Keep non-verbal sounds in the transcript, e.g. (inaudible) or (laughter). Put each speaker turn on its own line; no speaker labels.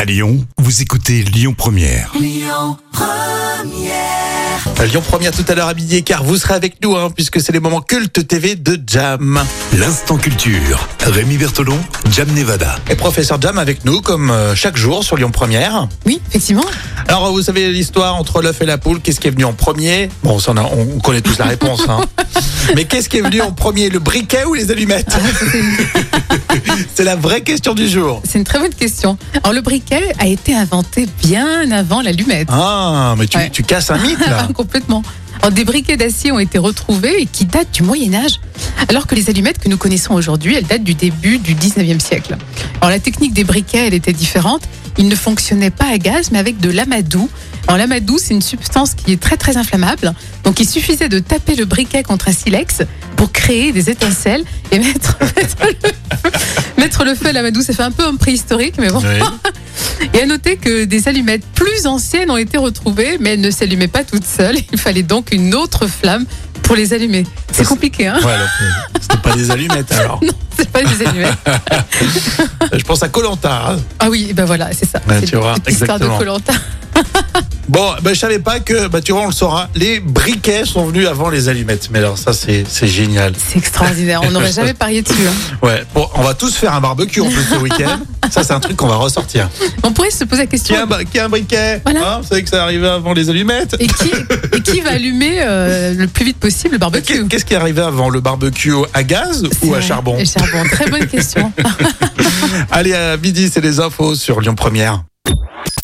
À Lyon, vous écoutez Lyon Première.
Lyon Première tout à l'heure à midi, car vous serez avec nous, hein, puisque c'est les moments cultes TV de Jam.
L'instant culture. Rémi Bertolon, Jam Nevada.
Et professeur Jam avec nous, comme euh, chaque jour sur Lyon Première.
Oui, effectivement.
Alors, euh, vous savez l'histoire entre l'œuf et la poule, qu'est-ce qui est venu en premier Bon, ça, on, a- on connaît tous la réponse. hein. Mais qu'est-ce qui est venu en premier, le briquet ou les allumettes (laughs) C'est la vraie question du jour.
C'est une très bonne question. Alors, le briquet a été inventé bien avant l'allumette.
Ah, mais tu,
Ouais.
tu casses un mythe
(laughs)
là.
Complètement. Alors, des briquets d'acier ont été retrouvés et qui datent du Moyen-Âge, alors que les allumettes que nous connaissons aujourd'hui, elles datent du début du 19e siècle. Alors, la technique des briquets, elle était différente. Ils ne fonctionnaient pas à gaz, mais avec de l'amadou. Alors, l'amadou, c'est une substance qui est très, très inflammable. Donc, il suffisait de taper le briquet contre un silex pour créer des étincelles et mettre, (laughs) mettre le, mettre le feu à l'amadou. Ça fait un peu un préhistorique, mais bon.
Oui.
Et à noter que des allumettes plus anciennes ont été retrouvées, mais elles ne s'allumaient pas toutes seules. (laughs) Il fallait donc une autre flamme pour les allumer. C'est compliqué, hein (laughs)
Ouais, alors, euh, c'était pas des allumettes alors.
C'est pas des allumettes.
Je pense à Colanta. hein.
Ah oui, et ben voilà, c'est ça.
Ouais,
C'est
tu vois,
cette histoire
exactement.
de Colanta.
Bon, ben, je savais pas que, bah, tu vois, on le saura. Les briquets sont venus avant les allumettes. Mais alors, ça, c'est c'est génial.
(laughs) C'est extraordinaire. On n'aurait jamais parié dessus. hein.
Ouais. Bon, on va tous faire un barbecue en plus ce
(laughs)
week-end. Ça, c'est un truc qu'on va ressortir.
On pourrait se poser la
Qui a,
question.
un bri- qui a un briquet
Voilà.
Hein, Vous savez que ça arrivait avant les allumettes
Et qui, et qui va allumer euh, le plus vite possible le barbecue
Qu'est- Qu'est-ce qui arrivait avant le barbecue à gaz
C'est
ou à
vrai.
charbon
Et charbon. Très bonne question.
Allez, à midi, c'est les infos sur Lyon Première.